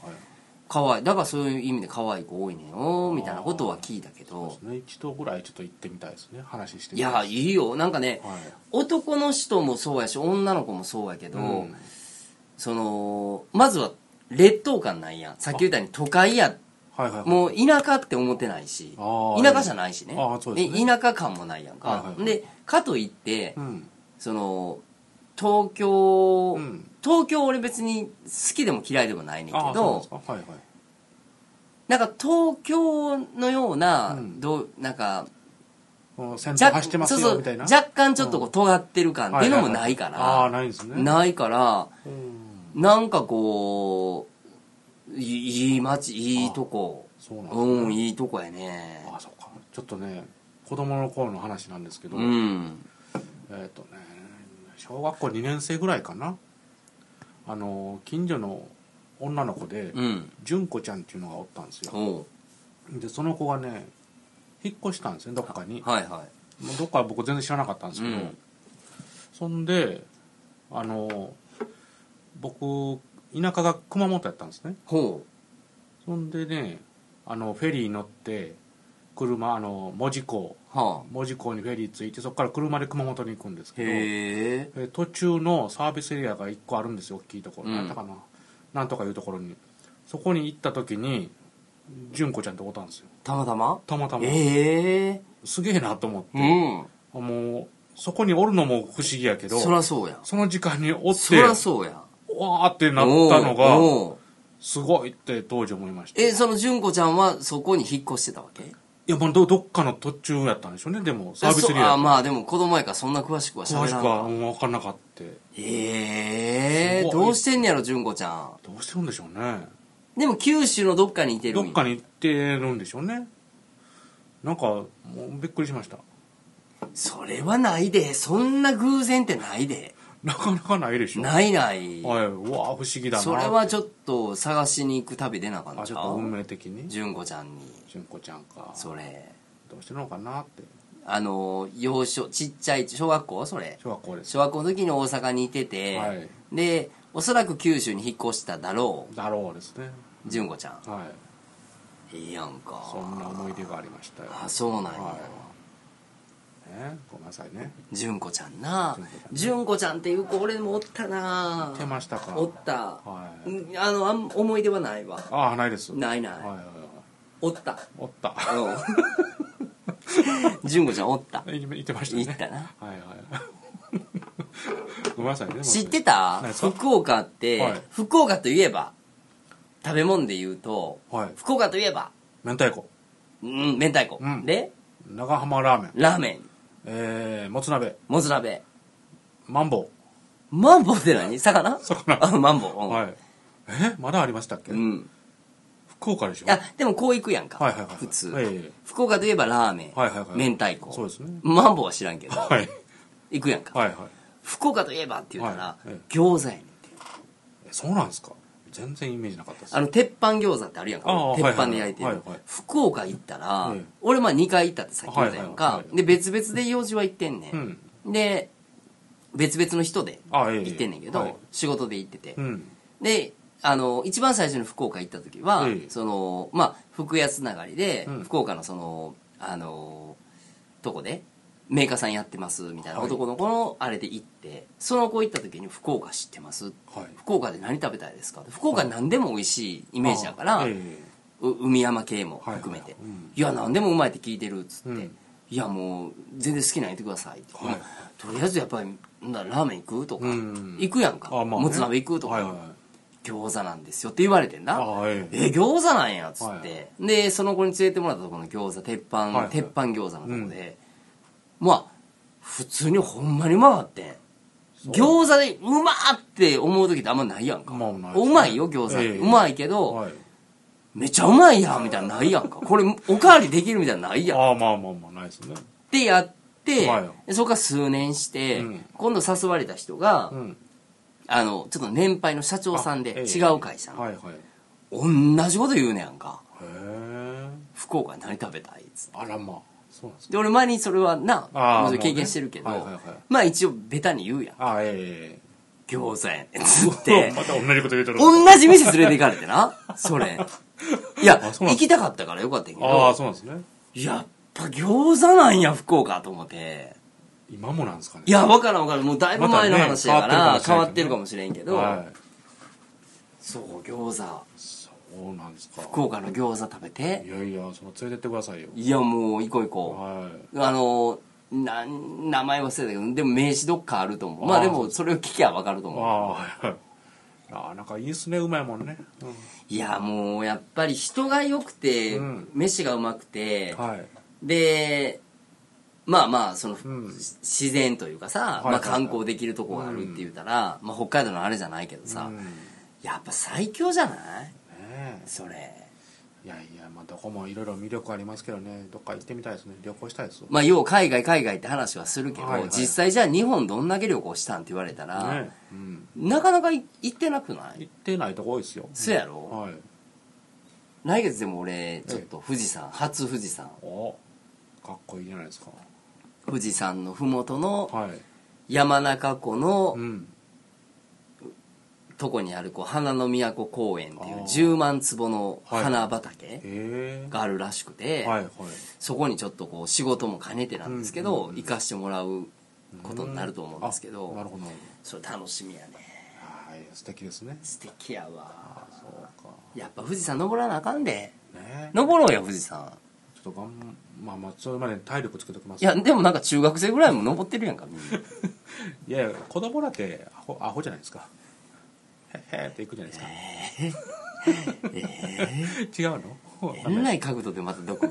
Speaker 1: 可愛いだからそういう意味で可愛い子多いねんよみたいなことは聞いたけ
Speaker 2: そうで
Speaker 1: ど
Speaker 2: すね一度ぐらいちょっと行ってみたいですね話して
Speaker 1: い
Speaker 2: み
Speaker 1: や
Speaker 2: た
Speaker 1: い
Speaker 2: い
Speaker 1: いよなんかね、
Speaker 2: はい
Speaker 1: 男の人もそうやし女の子もそうやけど、
Speaker 2: うん
Speaker 1: そのまずは劣等感ないやんさっき言ったように都会や
Speaker 2: はいはいはい
Speaker 1: もう田舎って思ってないし
Speaker 2: あー
Speaker 1: 田舎じゃないしね
Speaker 2: あーそうですね
Speaker 1: 田舎感もないやんか、
Speaker 2: はいはいはい
Speaker 1: でかといって、
Speaker 2: うん
Speaker 1: その東京、
Speaker 2: うん
Speaker 1: 東京俺別に好きでも嫌いでもないねんけ
Speaker 2: ああそうなんで
Speaker 1: ど
Speaker 2: すかはいはい
Speaker 1: なんか東京のような、
Speaker 2: うん
Speaker 1: どうなんか
Speaker 2: もう先頭
Speaker 1: 若
Speaker 2: 走ってます
Speaker 1: そうそ
Speaker 2: よ
Speaker 1: う
Speaker 2: みたいな
Speaker 1: 若干ちょっとこう尖ってる感っていうのも
Speaker 2: はは
Speaker 1: な
Speaker 2: はい
Speaker 1: から、
Speaker 2: ああないんですね
Speaker 1: ないから
Speaker 2: うん
Speaker 1: なんかこういいい街いいとこ
Speaker 2: そうなんですね
Speaker 1: うんいいとこやね
Speaker 2: ああそうかちょっとね子供の頃の話なんですけど、
Speaker 1: うん
Speaker 2: えっ、とね小学校2年生ぐらいかなあの近所の女の子で
Speaker 1: うん
Speaker 2: 純子ちゃんっていうのがおったんですよ
Speaker 1: おう
Speaker 2: でその子がね引っ越したんですねどっかに
Speaker 1: はいはい
Speaker 2: もうどっかは僕全然知らなかったんですけど、
Speaker 1: うん
Speaker 2: そんであの僕田舎が熊本やったんですね
Speaker 1: ほ
Speaker 2: そんでねあのフェリー乗って車あの門司港
Speaker 1: うは
Speaker 2: 門司港にフェリー着いてそこから車で熊本に行くんです
Speaker 1: あ
Speaker 2: けど
Speaker 1: へえ
Speaker 2: えー途中のサービスエリアが1個あるんですよ大きいところ、
Speaker 1: うん
Speaker 2: なんだかななんとかいうところにそこに行った時に純子ちゃんとおったんですよ
Speaker 1: たまたま
Speaker 2: たまたま、
Speaker 1: ええ
Speaker 2: すげえなと思って、
Speaker 1: うん
Speaker 2: もうそこにおるのも不思議やけど
Speaker 1: そらそうや
Speaker 2: その時間におっ
Speaker 1: そ
Speaker 2: て
Speaker 1: らそうや
Speaker 2: わーってなったの
Speaker 1: お
Speaker 2: が
Speaker 1: うおう
Speaker 2: すごいって当時思いました
Speaker 1: えその純子ちゃんはそこに引っ越してたわけ
Speaker 2: いやまあどどっかの途中やったんでしょうねでもサービスエリ
Speaker 1: そあ
Speaker 2: ア
Speaker 1: まあでも子供やからそんな詳しくはしゃ
Speaker 2: 詳
Speaker 1: べ
Speaker 2: し
Speaker 1: ら
Speaker 2: く
Speaker 1: ん
Speaker 2: は
Speaker 1: か
Speaker 2: 分からなかった
Speaker 1: ええ
Speaker 2: すごい
Speaker 1: どうしてんねやろ純子ちゃん
Speaker 2: どうしてるんでしょうね
Speaker 1: でも九州のどっかにいてる
Speaker 2: ど
Speaker 1: ん
Speaker 2: っ
Speaker 1: や
Speaker 2: かに行ってるんでしょうねなんかもうびっくりしました
Speaker 1: それはないでそんな偶然ってないで
Speaker 2: なかなかないでしょ
Speaker 1: ないない
Speaker 2: はいうわ不思議だな
Speaker 1: それはちょっと探しに行く旅出なあかん
Speaker 2: あち
Speaker 1: ち
Speaker 2: ょ
Speaker 1: ゃ
Speaker 2: っと運
Speaker 1: う
Speaker 2: 命的に
Speaker 1: 純子ちゃんに
Speaker 2: 純子ちゃんか
Speaker 1: それ
Speaker 2: どうしてるのかなって
Speaker 1: あの幼少ちっちゃい小学校それ
Speaker 2: 小学校です
Speaker 1: 小学校の時に大阪にいてて、
Speaker 2: はい
Speaker 1: でおそらく九州に引っ越しただろ
Speaker 2: だろうですね
Speaker 1: う純子ちゃん
Speaker 2: はい
Speaker 1: いいやんか
Speaker 2: そんな思い出がありましたよ
Speaker 1: あそうなんや、
Speaker 2: はいねごめんなさいね
Speaker 1: 純子ちゃんな
Speaker 2: 純子ち
Speaker 1: 純子ちゃ
Speaker 2: ゃん
Speaker 1: んっていう子俺もおったな
Speaker 2: 出ましたか
Speaker 1: おった、
Speaker 2: はい
Speaker 1: うんあのあん思い出はないわ
Speaker 2: ああないです
Speaker 1: ないない
Speaker 2: はいはいはい
Speaker 1: おった
Speaker 2: おった
Speaker 1: うん 純子ちゃんおった
Speaker 2: 言ってましたね
Speaker 1: 言ったな
Speaker 2: はいはい ごめんなさいね
Speaker 1: 知ってた
Speaker 2: 何ですか
Speaker 1: 福岡って、
Speaker 2: はい
Speaker 1: 福岡といえば食べ物で言うと
Speaker 2: はい
Speaker 1: 福岡といえば
Speaker 2: 明太子
Speaker 1: うん明太子、
Speaker 2: うん
Speaker 1: で
Speaker 2: 長浜ラーメン
Speaker 1: ラーメン
Speaker 2: えー、もつ鍋
Speaker 1: もつ鍋
Speaker 2: マンボ
Speaker 1: マンボウって何魚
Speaker 2: 魚
Speaker 1: あマンボウ、う
Speaker 2: ウ
Speaker 1: ん
Speaker 2: はいえまだありましたっけ、
Speaker 1: うん
Speaker 2: 福岡でしょ
Speaker 1: あでもこう行くやんか、
Speaker 2: はいはいはい
Speaker 1: 普通、
Speaker 2: ええ
Speaker 1: 福岡といえばラーメン、
Speaker 2: はいはいはい
Speaker 1: 明太子
Speaker 2: そうですね
Speaker 1: マンボウは知らんけど、
Speaker 2: はい
Speaker 1: 行くやんか、
Speaker 2: はいはい
Speaker 1: 福岡といえばって言ったら、
Speaker 2: はいえ
Speaker 1: 餃子やねんって
Speaker 2: えそうなんですか全然イメージなかったです
Speaker 1: あの鉄板餃子ってあるやんか
Speaker 2: ああ
Speaker 1: 鉄板で焼いて
Speaker 2: はい
Speaker 1: る
Speaker 2: はいはい
Speaker 1: 福岡行ったら、
Speaker 2: うん
Speaker 1: 俺まあ2回行ったってさっき言ったやんか、
Speaker 2: はいはいはい
Speaker 1: で別々で用事は行ってんね、
Speaker 2: うんん
Speaker 1: で別々の人で
Speaker 2: あええ
Speaker 1: 行ってんねんけど、
Speaker 2: はい
Speaker 1: 仕事で行ってて、
Speaker 2: うん
Speaker 1: であの一番最初に福岡行った時は、
Speaker 2: ええ
Speaker 1: そのまあ服屋つながりで、
Speaker 2: うん
Speaker 1: 福岡のそのあのとこでメーカーさんやってますみたいな
Speaker 2: はい
Speaker 1: 男の子のあれで行って、その子行った時に「福岡知ってます?」
Speaker 2: はい
Speaker 1: 福岡で何食べたいですか?」福岡何でも美味しいイメージだから、
Speaker 2: あええ
Speaker 1: う海山系も含めて「い
Speaker 2: はいはいうん
Speaker 1: や何でもうまい」って聞いてるっつって「
Speaker 2: うん
Speaker 1: いやもう全然好きなの言ってください」って、
Speaker 2: はい
Speaker 1: とりあえずやっぱりなんだラーメン行く?」とか、
Speaker 2: うん
Speaker 1: 行くやんか、
Speaker 2: あまあね
Speaker 1: もつ鍋行く?」とか、
Speaker 2: はいはいはい
Speaker 1: 餃子なんですよって言われてんな。
Speaker 2: あええ
Speaker 1: え、餃子なんや、つっ
Speaker 2: は
Speaker 1: て。で、その子に連れてもらったところの餃子、鉄
Speaker 2: いは
Speaker 1: 板
Speaker 2: い、
Speaker 1: 鉄板餃子のとこで、まあ、普通にほんまにうまかってん。餃子でうまーって思う時ってあんまないやんか。
Speaker 2: まあないです
Speaker 1: う
Speaker 2: ね
Speaker 1: まいよ、餃子っ
Speaker 2: ええ
Speaker 1: て。うまいけど、
Speaker 2: はい、
Speaker 1: めっちゃうまいやん、みたいなのないやんか。これ、おかわりできるみたいなのないやん
Speaker 2: ああまあまあまあないですね
Speaker 1: ってやって、
Speaker 2: は
Speaker 1: そこから数年して、
Speaker 2: うん
Speaker 1: 今度誘われた人が、
Speaker 2: うん
Speaker 1: あの、ちょっと年配の社長さん
Speaker 2: あえ
Speaker 1: で、
Speaker 2: え
Speaker 1: 違う会社の、
Speaker 2: はいはいへ
Speaker 1: 同じこと言うねやんか。
Speaker 2: え
Speaker 1: 福岡何食べたいっつって
Speaker 2: あらまあそうなんですか
Speaker 1: で、俺前にそれはな、
Speaker 2: あ
Speaker 1: も
Speaker 2: ー
Speaker 1: う
Speaker 2: もうね
Speaker 1: 経験してるけど、
Speaker 2: はいはいはい
Speaker 1: まあ一応ベタに言うやん。
Speaker 2: ああえ
Speaker 1: 餃子やねん。つっ
Speaker 2: えええ、
Speaker 1: て
Speaker 2: また同じこと言うてる
Speaker 1: 同じ店連れて行かれてな、それ。いや、
Speaker 2: あそうなん
Speaker 1: 行きたかったからよかったんやけ
Speaker 2: ああ
Speaker 1: ど、
Speaker 2: そうなんですね
Speaker 1: やっぱ餃子なんや、福岡と思って。
Speaker 2: 今もなんですかね
Speaker 1: いや、わからんわからん。もうだいぶ前の
Speaker 2: またね
Speaker 1: 話やから、変
Speaker 2: 変
Speaker 1: わ
Speaker 2: わ
Speaker 1: っ
Speaker 2: ってて
Speaker 1: る
Speaker 2: る
Speaker 1: か
Speaker 2: か
Speaker 1: も
Speaker 2: も
Speaker 1: しれんけど、
Speaker 2: はい
Speaker 1: そう、餃子。
Speaker 2: そうなんですか
Speaker 1: 福岡の餃子食べて
Speaker 2: い。やいやその連れてってくださいよ
Speaker 1: いや、もう、行こう行こ。
Speaker 2: はいう
Speaker 1: あの、なん、名前忘れたけど、でも名刺どっかあると思う。まあ
Speaker 2: あー
Speaker 1: でも、それを聞きゃわかると思う。
Speaker 2: ああはいはいああなんかいいっすねうまいもんね、う
Speaker 1: いや、もう、やっぱり人が良くて
Speaker 2: うん、
Speaker 1: 飯がうまくて
Speaker 2: ん、、はい
Speaker 1: で、まあまあ、その、
Speaker 2: うん
Speaker 1: し自然というかさ
Speaker 2: は、いはい
Speaker 1: ま
Speaker 2: は
Speaker 1: あ
Speaker 2: い
Speaker 1: 観光できるとこがあるって言ったら、まあ北海道のあれじゃないけどさ
Speaker 2: うん、ね
Speaker 1: やっぱ最強じゃない
Speaker 2: え
Speaker 1: それ。
Speaker 2: いやいや、まあ、どこもいろいろ魅力ありますけどね、どっか行ってみたいですね、旅行したいですよ。
Speaker 1: まあ、要は海外海外って話はするけど、
Speaker 2: はいはい
Speaker 1: 実際じゃあ日本どんだけ旅行したんって言われたら、
Speaker 2: ねうん、
Speaker 1: なかなかい行ってなくない
Speaker 2: 行ってないとこ多いですよ。
Speaker 1: そうやろ
Speaker 2: はい。
Speaker 1: 来月でも俺ちょっと富士山初富士山
Speaker 2: おかっこいいじゃないですか。
Speaker 1: 富士山の麓の
Speaker 2: はい。
Speaker 1: 山中湖の
Speaker 2: うん。
Speaker 1: とこにあるこう花の都公園っていう
Speaker 2: あー
Speaker 1: 10万坪の花
Speaker 2: へ
Speaker 1: 畑
Speaker 2: え
Speaker 1: があるらしくて、
Speaker 2: はいはい。
Speaker 1: そこにちょっとこう仕事も兼ねてなんですけど、
Speaker 2: うんうんうん
Speaker 1: 行かしてもらうことになると思うんですけど、
Speaker 2: あなるほど。
Speaker 1: それ楽しみやね
Speaker 2: はい、素敵ですね。
Speaker 1: 素敵やわ
Speaker 2: あそうか。
Speaker 1: やっぱ富士山登らなあかんで
Speaker 2: ねちょ
Speaker 1: 登ろうよ富士山
Speaker 2: っとがん、まあまあ、それまでに体力つけときます。
Speaker 1: いやでもなんか中学生ぐらいも登ってるやんかみんな
Speaker 2: いやいや、子供だってアホ、アホじゃないですか。へへーって行くじゃないです か。違うの
Speaker 1: えんない角度でまたどこ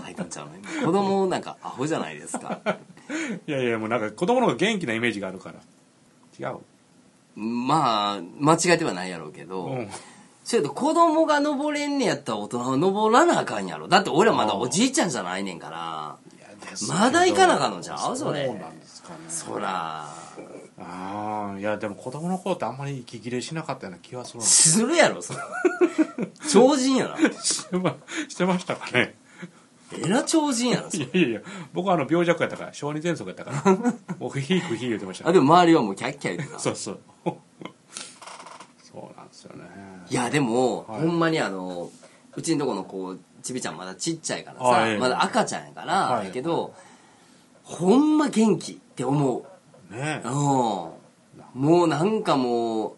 Speaker 1: 入ったんちゃうの今子供なんかアホじゃないです か
Speaker 2: いやいやもうなんか子供の方が元気なイメージがあるから違う
Speaker 1: まあ間違えてはないやろうけど、
Speaker 2: うん
Speaker 1: そやと子供が登れんねやったら大人は登らなあかんやろだって俺はまだ
Speaker 2: あー
Speaker 1: おじいちゃんじゃないねんからまだ行かなあかんのちゃうそれ
Speaker 2: そうなんですかね
Speaker 1: そら
Speaker 2: ああいやでも子供の頃ってあんまり息切れしなかったような気はするんです
Speaker 1: するやろそれ超人やな
Speaker 2: してましてましたかね
Speaker 1: えら超人やない
Speaker 2: やいやいや僕はあの病弱やったから小児喘息やったから僕ひーくひー言ってました
Speaker 1: あでも周りはもうキャッキャ言ってた
Speaker 2: そうそう そうなんですよね
Speaker 1: いやでも、
Speaker 2: はい
Speaker 1: ほんまにあのうちのとこの子ちびちゃんまだちっちゃいからさ、
Speaker 2: はい
Speaker 1: まだ赤ちゃんやから、
Speaker 2: はい
Speaker 1: やけどほんま元気って思う
Speaker 2: ね
Speaker 1: うんもうなんかもう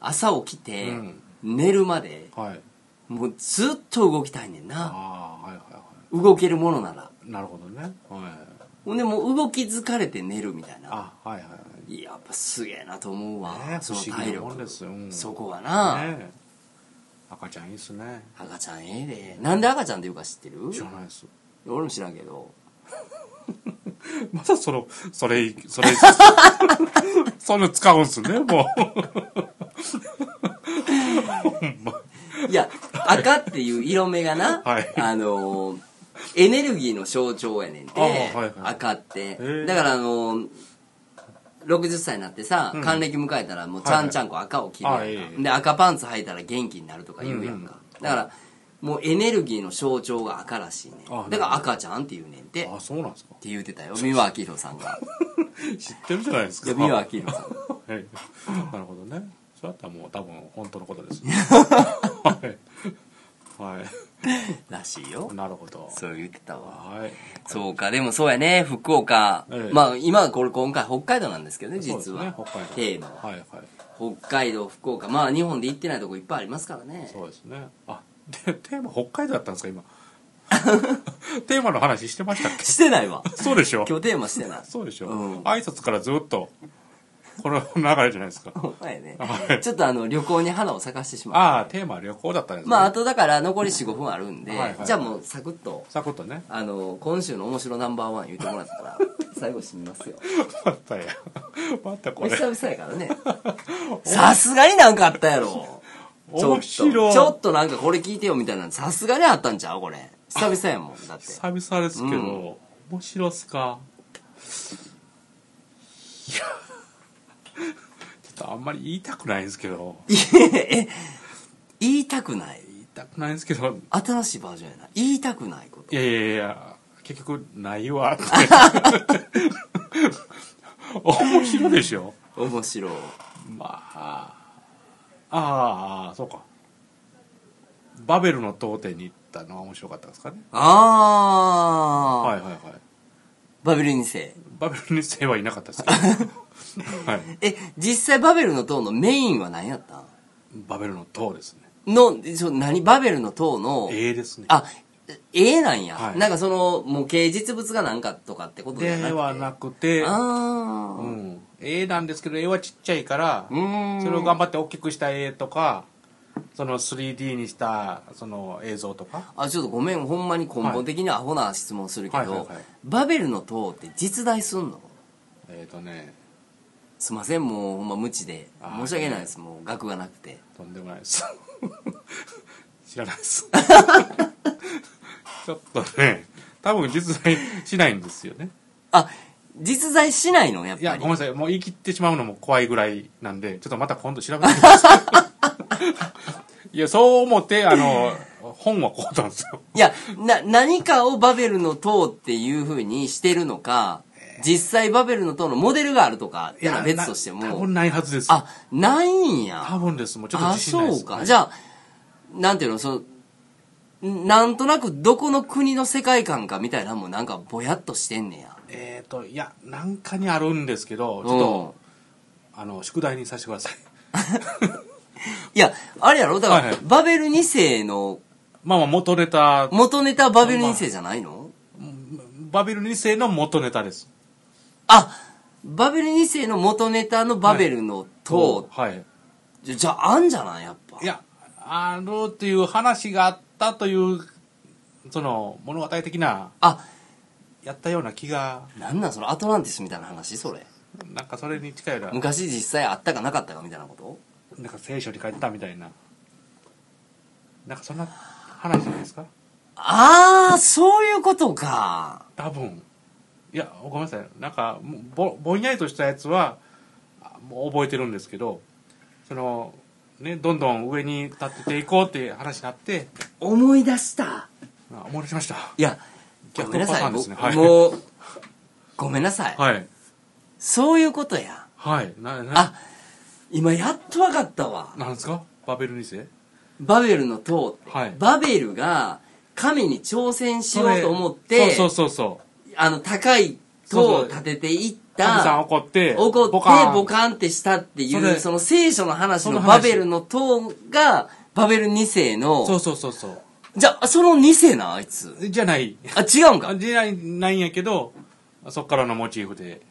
Speaker 1: 朝起きて、
Speaker 2: うん
Speaker 1: 寝るまで
Speaker 2: はい
Speaker 1: もうずっと動きたいねんな
Speaker 2: ああはいはいは
Speaker 1: 動けるものなら
Speaker 2: いなるほどねはい
Speaker 1: ほんでもう動き疲れて寝るみたいな
Speaker 2: あはいはいはい
Speaker 1: やっぱすげえなと思うわ、
Speaker 2: ね
Speaker 1: その
Speaker 2: 不思議
Speaker 1: 体
Speaker 2: なもん
Speaker 1: 力
Speaker 2: ですようん
Speaker 1: そこはな、
Speaker 2: ねえ赤ちゃんいいっすね
Speaker 1: 赤ちゃんええでなんで赤ちゃんっていうか知ってる
Speaker 2: 知らないっす
Speaker 1: 俺も知らんけど
Speaker 2: またそのそれそれ その使うんすねも
Speaker 1: いや、赤っていう色目がな、
Speaker 2: はい
Speaker 1: あのーエネルギーの象徴やねんて、
Speaker 2: ああはいはい
Speaker 1: 赤って
Speaker 2: ー。
Speaker 1: だからあのー60歳になってさ、還暦迎えたらもうちゃんちゃんこ赤を着るやんか、
Speaker 2: はいはいあええ
Speaker 1: で赤パンツ履いたら元気になるとか言うやんか、だからもうエネルギーの象徴が赤らしいね
Speaker 2: あ
Speaker 1: んだから赤ちゃんって言うねんて
Speaker 2: う
Speaker 1: っ
Speaker 2: あそうなんですか
Speaker 1: て言うてたよ三輪明宏さんが
Speaker 2: 知ってるじゃないです
Speaker 1: い
Speaker 2: か
Speaker 1: や三輪明宏さん
Speaker 2: はい なるほどねそうやったらもう多分本当のこと です、はい、は
Speaker 1: らしいよ
Speaker 2: い、なるほど
Speaker 1: そう言ってたわ
Speaker 2: はい
Speaker 1: そうか、でもそうやね、福岡。
Speaker 2: ええ
Speaker 1: まあ、今はこれ今回北海道なんですけどね、
Speaker 2: そうです
Speaker 1: 実は。
Speaker 2: ね北海道
Speaker 1: テーマは。
Speaker 2: はいはい
Speaker 1: 北海道、福岡。まあ、日本で行ってないとこいっぱいありますからね。
Speaker 2: そうですねあでテーマ北海道だったんですか今 テーマの話してましたっけ
Speaker 1: してないわ。
Speaker 2: そうでしょ
Speaker 1: 今日テーマしてない。
Speaker 2: そうでしょ、
Speaker 1: うん
Speaker 2: 挨拶からずっとこの流れじゃないですか。
Speaker 1: ほんまやね。ちょっとあの、旅行に花を咲かしてしまう。
Speaker 2: ああ、テーマは旅行だったんですね。
Speaker 1: まあ、あとだから残り4、5分あるんで
Speaker 2: はいは、い
Speaker 1: じゃあもうサクッと、
Speaker 2: サクッとね。
Speaker 1: あの、今週の面白ナンバーワン言ってもらったら、最後締めますよ。
Speaker 2: またや。またこれ。
Speaker 1: 久々やからね。 さすがになんかあったやろ。ちょっ
Speaker 2: 面
Speaker 1: と、
Speaker 2: 白い。
Speaker 1: ちょっとなんかこれ聞いてよみたいなのさすがにあったんちゃうこれ。久々やも ん、だって。
Speaker 2: 久々ですけど、面白っすかいやちょっとあんまり言いたくないんですけど
Speaker 1: いえ、え言いたくない。
Speaker 2: 言いたくないんですけど
Speaker 1: 新しいバージョンやな。言いたくないこと
Speaker 2: い。やいやいや結局ないわ って面白いでしょ
Speaker 1: 面白い。
Speaker 2: まあああそうかバベルの頂点に行ったのは面白かったですかね
Speaker 1: あー。
Speaker 2: はいはいはい
Speaker 1: バベル2世。
Speaker 2: バベルに生はいなかったですけ ど、はい、
Speaker 1: え、実際バベルの塔のメインは何やった
Speaker 2: バベルの塔ですね
Speaker 1: んの、えそう何バベルの塔の、
Speaker 2: ええですね
Speaker 1: あ、ええなんや、
Speaker 2: はい
Speaker 1: なんかその、模型実物がなんかとかってことじゃなくて。
Speaker 2: ではなくて、
Speaker 1: あ
Speaker 2: う
Speaker 1: ー。
Speaker 2: ん、絵なんですけど絵はちっちゃいから
Speaker 1: うーん。
Speaker 2: それを頑張って大きくした絵とかその 3D にしたその映像とか
Speaker 1: あ、ちょっとごめん、ほんまに根本的にアホな質問するけど、
Speaker 2: はいはいはいはい
Speaker 1: バベルの塔って実在すんの
Speaker 2: えっ、とね
Speaker 1: すいません、もうほんま無知で。
Speaker 2: あー
Speaker 1: 申し訳ないです、もう額がなくて。
Speaker 2: とんでもないです 知らないです ちょっとね多分実在しないんですよね
Speaker 1: あ、実在しないのやっ
Speaker 2: いや
Speaker 1: ぱ
Speaker 2: ご
Speaker 1: り
Speaker 2: めん。なさいもう言い切ってしまうのも怖いぐらいなんでちょっとまた今度調べてみます いやそう思ってあの本は買うたんですよ
Speaker 1: いや、な、何かをバベルの塔っていう風にしてるのか、実際バベルの塔のモデルがあるとか、いや別として
Speaker 2: な多
Speaker 1: も。
Speaker 2: 分ないはずです
Speaker 1: あ、ないん
Speaker 2: 多
Speaker 1: や。
Speaker 2: 分ですもうちょっと
Speaker 1: あ、
Speaker 2: 自信ない
Speaker 1: そ
Speaker 2: です
Speaker 1: うか。じゃあ、
Speaker 2: あ
Speaker 1: なんていうの、その、なんとなくどこの国の世界観かみたいなのもなんかぼやっとしてんねや。
Speaker 2: えっ、といやなんかにあるんですけどちょっと
Speaker 1: う、
Speaker 2: あの宿題にさせてください
Speaker 1: ん。いや、あれやろだから、
Speaker 2: はいはい
Speaker 1: バベル2世の、
Speaker 2: まあまあ元ネタ
Speaker 1: 元ネタバベル2世じゃないの、
Speaker 2: バビル2世の元ネタです
Speaker 1: あ、バベル2世の元ネタのバベルの塔、
Speaker 2: はい
Speaker 1: じゃじゃあ、あんじゃないやっぱ。
Speaker 2: いやあるっていう話があったというその物語的な
Speaker 1: あ、
Speaker 2: やったような気が
Speaker 1: なんなんそのアトランティスみたいな話それ。
Speaker 2: なんかそれに近いような
Speaker 1: 昔実際あったかなかったかみたいなこと
Speaker 2: なんか聖書に書いてたみたいななんかそんな話じゃないですか
Speaker 1: ああ、そういうことか。
Speaker 2: 多分いやごめんなさいなんかもうぼぼんやりとしたやつはあもう覚えてるんですけどそのねどんどん上に立ってていこうっていう話になって
Speaker 1: 思い出した。
Speaker 2: あ思い出しました
Speaker 1: いや、ごめ
Speaker 2: 逆
Speaker 1: んな
Speaker 2: のパタ
Speaker 1: さ
Speaker 2: ー
Speaker 1: い。
Speaker 2: ンですね
Speaker 1: ぼ
Speaker 2: はい
Speaker 1: もう、ごめんなさい。
Speaker 2: はい
Speaker 1: そういうことや。
Speaker 2: はいなな
Speaker 1: あ、今やっとわかったわ。
Speaker 2: なんですかバベル2世
Speaker 1: バベルの塔って、
Speaker 2: はい
Speaker 1: バベルが神に挑戦しようと思っ
Speaker 2: そ
Speaker 1: て、
Speaker 2: れそうそうそうそう
Speaker 1: あの、高い塔を建てていっ
Speaker 2: 神さん
Speaker 1: た、
Speaker 2: 怒って
Speaker 1: 怒って
Speaker 2: ボカーン
Speaker 1: ボカンってしたってい、
Speaker 2: そうれ
Speaker 1: その聖書の話
Speaker 2: そ
Speaker 1: の
Speaker 2: の
Speaker 1: バ
Speaker 2: 話
Speaker 1: ベルの塔が、バベル2世
Speaker 2: そ
Speaker 1: の、
Speaker 2: うそうそうそう
Speaker 1: じゃあ、その2世な、あいつ。
Speaker 2: じゃない
Speaker 1: あ、違うんか。
Speaker 2: じゃないないんやけどそっからのモチーフで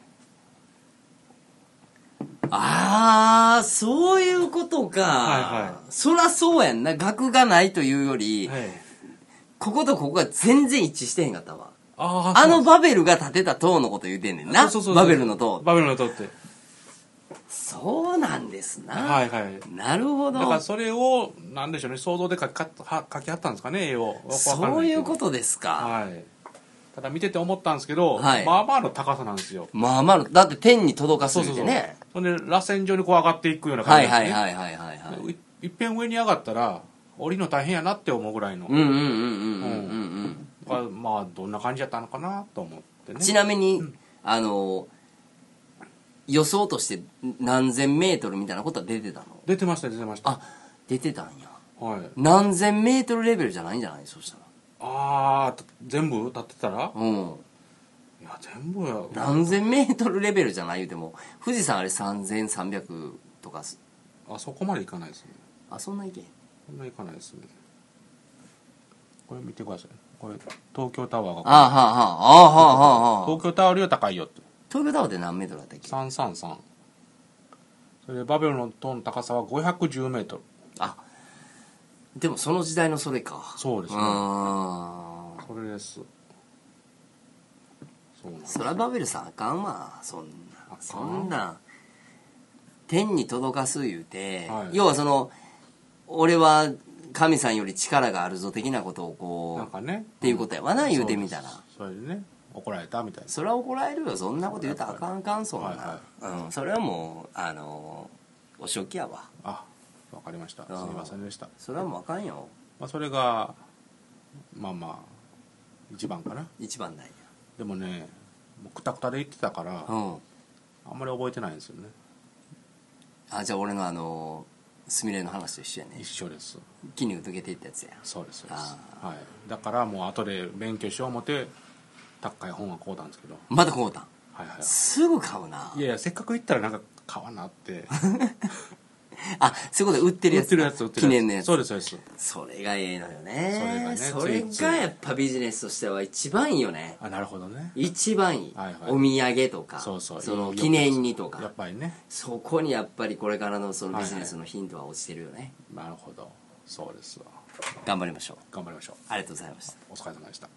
Speaker 1: あー、そういうことか。
Speaker 2: はいは
Speaker 1: そらそうやんな。額がないというより、
Speaker 2: はい
Speaker 1: こことここが全然一致してへんかったわ。
Speaker 2: あー
Speaker 1: あ
Speaker 2: そ
Speaker 1: の
Speaker 2: う
Speaker 1: バベルが建てた塔のこと言うてんねんな。
Speaker 2: そうそうそうそう
Speaker 1: バベルの塔。
Speaker 2: バベルの塔って
Speaker 1: そうなんですな。
Speaker 2: はいはい
Speaker 1: なるほど
Speaker 2: だ。からそれを、なんでしょうね、想像で書きかは書きあったんですかね、絵を。よくわから
Speaker 1: そ
Speaker 2: な
Speaker 1: う
Speaker 2: け
Speaker 1: い
Speaker 2: ど
Speaker 1: うことですか。
Speaker 2: はい。ただ見てて思ったんですけど、
Speaker 1: はい
Speaker 2: まあまあの高さなんですよ。
Speaker 1: まあまあ、だって天に届かす
Speaker 2: そう
Speaker 1: ぎ
Speaker 2: そう
Speaker 1: て
Speaker 2: そう。
Speaker 1: ね。
Speaker 2: それで、螺旋状にこう上がっていくような感
Speaker 1: は
Speaker 2: じ
Speaker 1: い
Speaker 2: なん
Speaker 1: は
Speaker 2: で
Speaker 1: い
Speaker 2: すね。
Speaker 1: はいはいはいはい。
Speaker 2: いいっぺん上に上がったら、降りるの大変やなって思うぐらいの。
Speaker 1: うんうんうんうんうんうん
Speaker 2: だからまあ、どんな感じやったのかなと思って
Speaker 1: う
Speaker 2: ね
Speaker 1: ん。。ちなみに、あの、予想として何千メートルみたいなことは出てたの
Speaker 2: 出てました、出てました。
Speaker 1: あ、出てたんや。
Speaker 2: はい。
Speaker 1: 何千メートルレベルじゃないんじゃないそしたら。
Speaker 2: あー、全部立ってたら
Speaker 1: うん。
Speaker 2: いや、全部や。
Speaker 1: 何千メートルレベルじゃない言うても、富士山あれ3300とかす、
Speaker 2: あ、そこまでいかないですね。
Speaker 1: あ、そんないけへん。
Speaker 2: そんないかないですねこれ見てくださいこれ東京タワーが
Speaker 1: ああはあはあ、ああはあはあはあ。
Speaker 2: 東京タワーよりは高いよって
Speaker 1: 東京タワーって何メートルだったっけ
Speaker 2: 333それでバベルの塔の高さは510メートル
Speaker 1: あでもその時代のそれか
Speaker 2: そうですね
Speaker 1: ああ
Speaker 2: これですそうなんです
Speaker 1: そらバベルさんあかんわそん
Speaker 2: あか
Speaker 1: なんそんなん天に届かす言うて、
Speaker 2: はい
Speaker 1: 要はその俺は神さんより力があるぞ的なことをこ
Speaker 2: なん
Speaker 1: う
Speaker 2: かね
Speaker 1: っていうことやわな言うてみたら
Speaker 2: そうですそれでね怒られたみたいな
Speaker 1: それは怒られるよそんなこと言うたらあかんあかんそんな、
Speaker 2: はいは
Speaker 1: うん、それはもうあのお仕置きやわ
Speaker 2: あわかりましたすみませんでした
Speaker 1: それはもうあかんよ
Speaker 2: まあ、それがまあまあ一番かな
Speaker 1: 一番ない
Speaker 2: でもねもうクタクタで行ってたから
Speaker 1: やうん
Speaker 2: あんまり覚えてないんですよね
Speaker 1: あじゃあ俺のあのすみれの話と一緒やね
Speaker 2: 一緒です
Speaker 1: 筋肉溶けていったやつや
Speaker 2: そうですそうです、
Speaker 1: あ
Speaker 2: はい、だからもう後で勉強しよう思って高い本は買うたんですけど
Speaker 1: まだこうたん
Speaker 2: はいは
Speaker 1: すぐ買うない
Speaker 2: いやいやせっかく行ったらなんか買わなって
Speaker 1: あそういうことで売ってる
Speaker 2: 売
Speaker 1: や
Speaker 2: っ
Speaker 1: つ
Speaker 2: てるやつ売ってる
Speaker 1: 記念のやつ
Speaker 2: そうですそうです
Speaker 1: それがええのよねそ
Speaker 2: そ
Speaker 1: れ
Speaker 2: れがねついつい
Speaker 1: がやっぱビジネスとしては一番いいよね
Speaker 2: あなるほどね
Speaker 1: 一番いい、
Speaker 2: はいはい
Speaker 1: お土産とか
Speaker 2: そうそう
Speaker 1: の
Speaker 2: いい
Speaker 1: 記念にと
Speaker 2: や
Speaker 1: か
Speaker 2: っぱりね
Speaker 1: そこにやっぱりこれからのそのビジネスの頻度は落ちてるよね、
Speaker 2: なるほどそうですわ
Speaker 1: 頑張りましょう
Speaker 2: 頑張りましょう
Speaker 1: ありがとうございました
Speaker 2: お疲れ様でした